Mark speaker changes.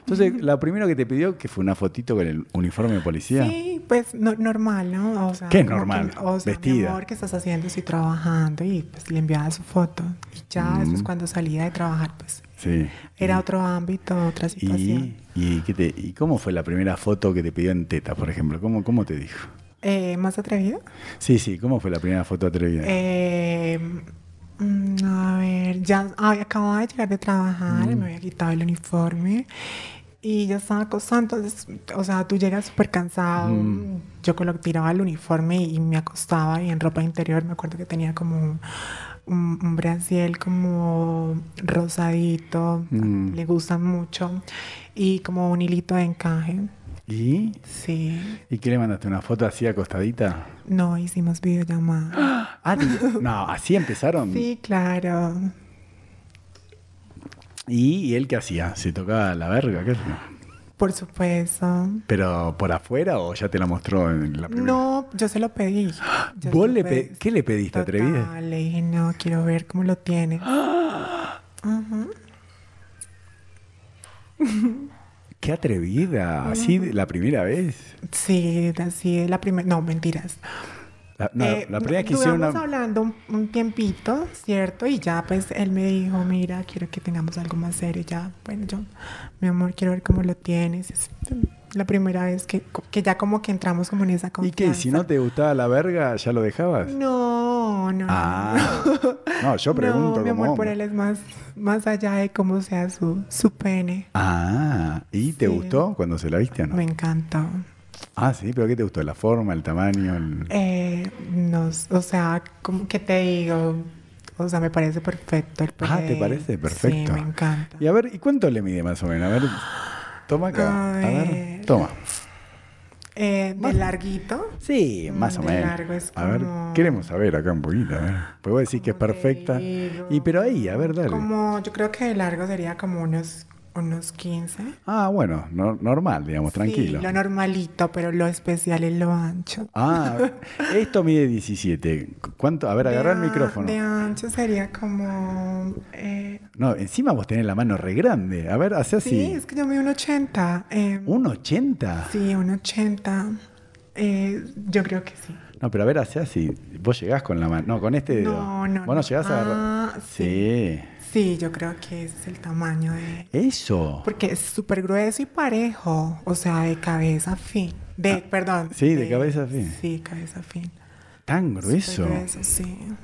Speaker 1: Entonces, la primera que te pidió, que fue una fotito con el uniforme de policía.
Speaker 2: Sí, pues no- normal, ¿no? O sea,
Speaker 1: ¿Qué es
Speaker 2: como
Speaker 1: normal?
Speaker 2: que, o sea, mi
Speaker 1: Vestida.
Speaker 2: amor, ¿qué estás haciendo? Estoy trabajando y pues le enviaba su foto. Y ya, después cuando salía de trabajar, pues
Speaker 1: Mm. Sí.
Speaker 2: era otro ámbito, otra situación.
Speaker 1: ¿Y, y, qué te- ¿Y cómo fue la primera foto que te pidió en teta, por ejemplo? ¿Cómo, cómo te dijo?
Speaker 2: Eh, ¿Más atrevido?
Speaker 1: Sí, sí, ¿cómo fue la primera foto atrevida?
Speaker 2: Eh, mm, a ver, ya ay, acababa de llegar de trabajar,
Speaker 1: Mm.
Speaker 2: me había quitado el uniforme y ya estaba acostada. Entonces, o sea, tú llegas súper cansado.
Speaker 1: Mm.
Speaker 2: Yo colo- tiraba el uniforme y me acostaba y en ropa interior me acuerdo que tenía como un, un, un brasier como rosadito,
Speaker 1: Mm.
Speaker 2: le gustan mucho y como un hilito de encaje.
Speaker 1: ¿Y?
Speaker 2: Sí,
Speaker 1: ¿Y qué le mandaste? ¿Una foto así acostadita?
Speaker 2: no hicimos videollamada.
Speaker 1: Ah, te- no, así empezaron.
Speaker 2: Sí, claro.
Speaker 1: ¿Y, y él qué hacía? ¿Se tocaba la verga? ¿Qué hacía?
Speaker 2: Por supuesto.
Speaker 1: ¿Pero por afuera o ya te la mostró en la primera?
Speaker 2: No, yo se lo pedí.
Speaker 1: ¿Vos
Speaker 2: Yo se lo
Speaker 1: le
Speaker 2: pedí.
Speaker 1: pe- qué le pediste,
Speaker 2: Total,
Speaker 1: atrevida? Ah.
Speaker 2: Le dije, no, quiero ver cómo lo tiene.
Speaker 1: ¡Qué atrevida! ¿Así de- la primera vez?
Speaker 2: Sí, así es la primera. No, mentiras.
Speaker 1: La, no,
Speaker 2: Eh,
Speaker 1: la primera vez que hicieron
Speaker 2: Estuvimos
Speaker 1: una...
Speaker 2: hablando un, un tiempito, ¿cierto? Y ya, pues él me dijo, mira, quiero que tengamos algo más serio. Ya, bueno, yo, mi amor, quiero ver cómo lo tienes. Es la primera vez que, que ya como que entramos como en esa
Speaker 1: ¿Y qué?
Speaker 2: confianza.
Speaker 1: Si no te gustaba la verga, ¿ya lo dejabas?
Speaker 2: No, no. no,
Speaker 1: Ah.
Speaker 2: no.
Speaker 1: No, yo pregunto
Speaker 2: No, mi
Speaker 1: como
Speaker 2: amor, por
Speaker 1: hombre.
Speaker 2: él es más, más allá de cómo sea su, su pene.
Speaker 1: Ah, ¿y te
Speaker 2: Sí.
Speaker 1: gustó cuando se la viste o no?
Speaker 2: Me encantó.
Speaker 1: Ah, sí, pero ¿qué te gustó? ¿La forma, el tamaño? el-
Speaker 2: Eh, no, o sea, como que te digo, o sea, me parece perfecto el pene.
Speaker 1: Ah, ¿te parece? Perfecto.
Speaker 2: Sí, me encanta.
Speaker 1: Y a ver, ¿y cuánto le mide más o menos? A ver, toma acá.
Speaker 2: A
Speaker 1: A ver,
Speaker 2: ver.
Speaker 1: toma.
Speaker 2: Eh, de
Speaker 1: Bueno.
Speaker 2: larguito.
Speaker 1: Sí, Mm, más o
Speaker 2: de
Speaker 1: menos.
Speaker 2: largo es
Speaker 1: A ver,
Speaker 2: como-
Speaker 1: queremos saber acá un poquito. A ver. Pues vos decís que es
Speaker 2: como te
Speaker 1: perfecta.
Speaker 2: digo,
Speaker 1: Y pero ahí, a ver, dale.
Speaker 2: Como, yo creo que de largo sería como unos, unos 15.
Speaker 1: Ah, bueno, no- normal, digamos, tranquilo.
Speaker 2: Sí, lo normalito, pero lo especial es lo ancho.
Speaker 1: Ah, esto mide 17. ¿Cuánto? A ver, agarra el
Speaker 2: De a-
Speaker 1: micrófono.
Speaker 2: De ancho sería como. eh,
Speaker 1: No, encima vos tenés la mano re grande. A ver, hace
Speaker 2: sí,
Speaker 1: así.
Speaker 2: es que yo mido un 80. eh,
Speaker 1: ¿Un 80?
Speaker 2: Sí, un 80. eh, yo creo que sí.
Speaker 1: No, pero a ver, hace así. Vos llegás con la mano. No, con este dedo.
Speaker 2: No, no,
Speaker 1: Vos no
Speaker 2: no.
Speaker 1: llegás a agarrar.
Speaker 2: Ah,
Speaker 1: sí.
Speaker 2: Sí, yo creo que ese es el tamaño de.
Speaker 1: Eso.
Speaker 2: Porque es súper grueso y parejo. O sea, de cabeza a fin. De, perdón.
Speaker 1: sí, de Ah, cabeza a fin.
Speaker 2: Sí, cabeza a fin.
Speaker 1: Tan
Speaker 2: Súper
Speaker 1: grueso.
Speaker 2: grueso, sí.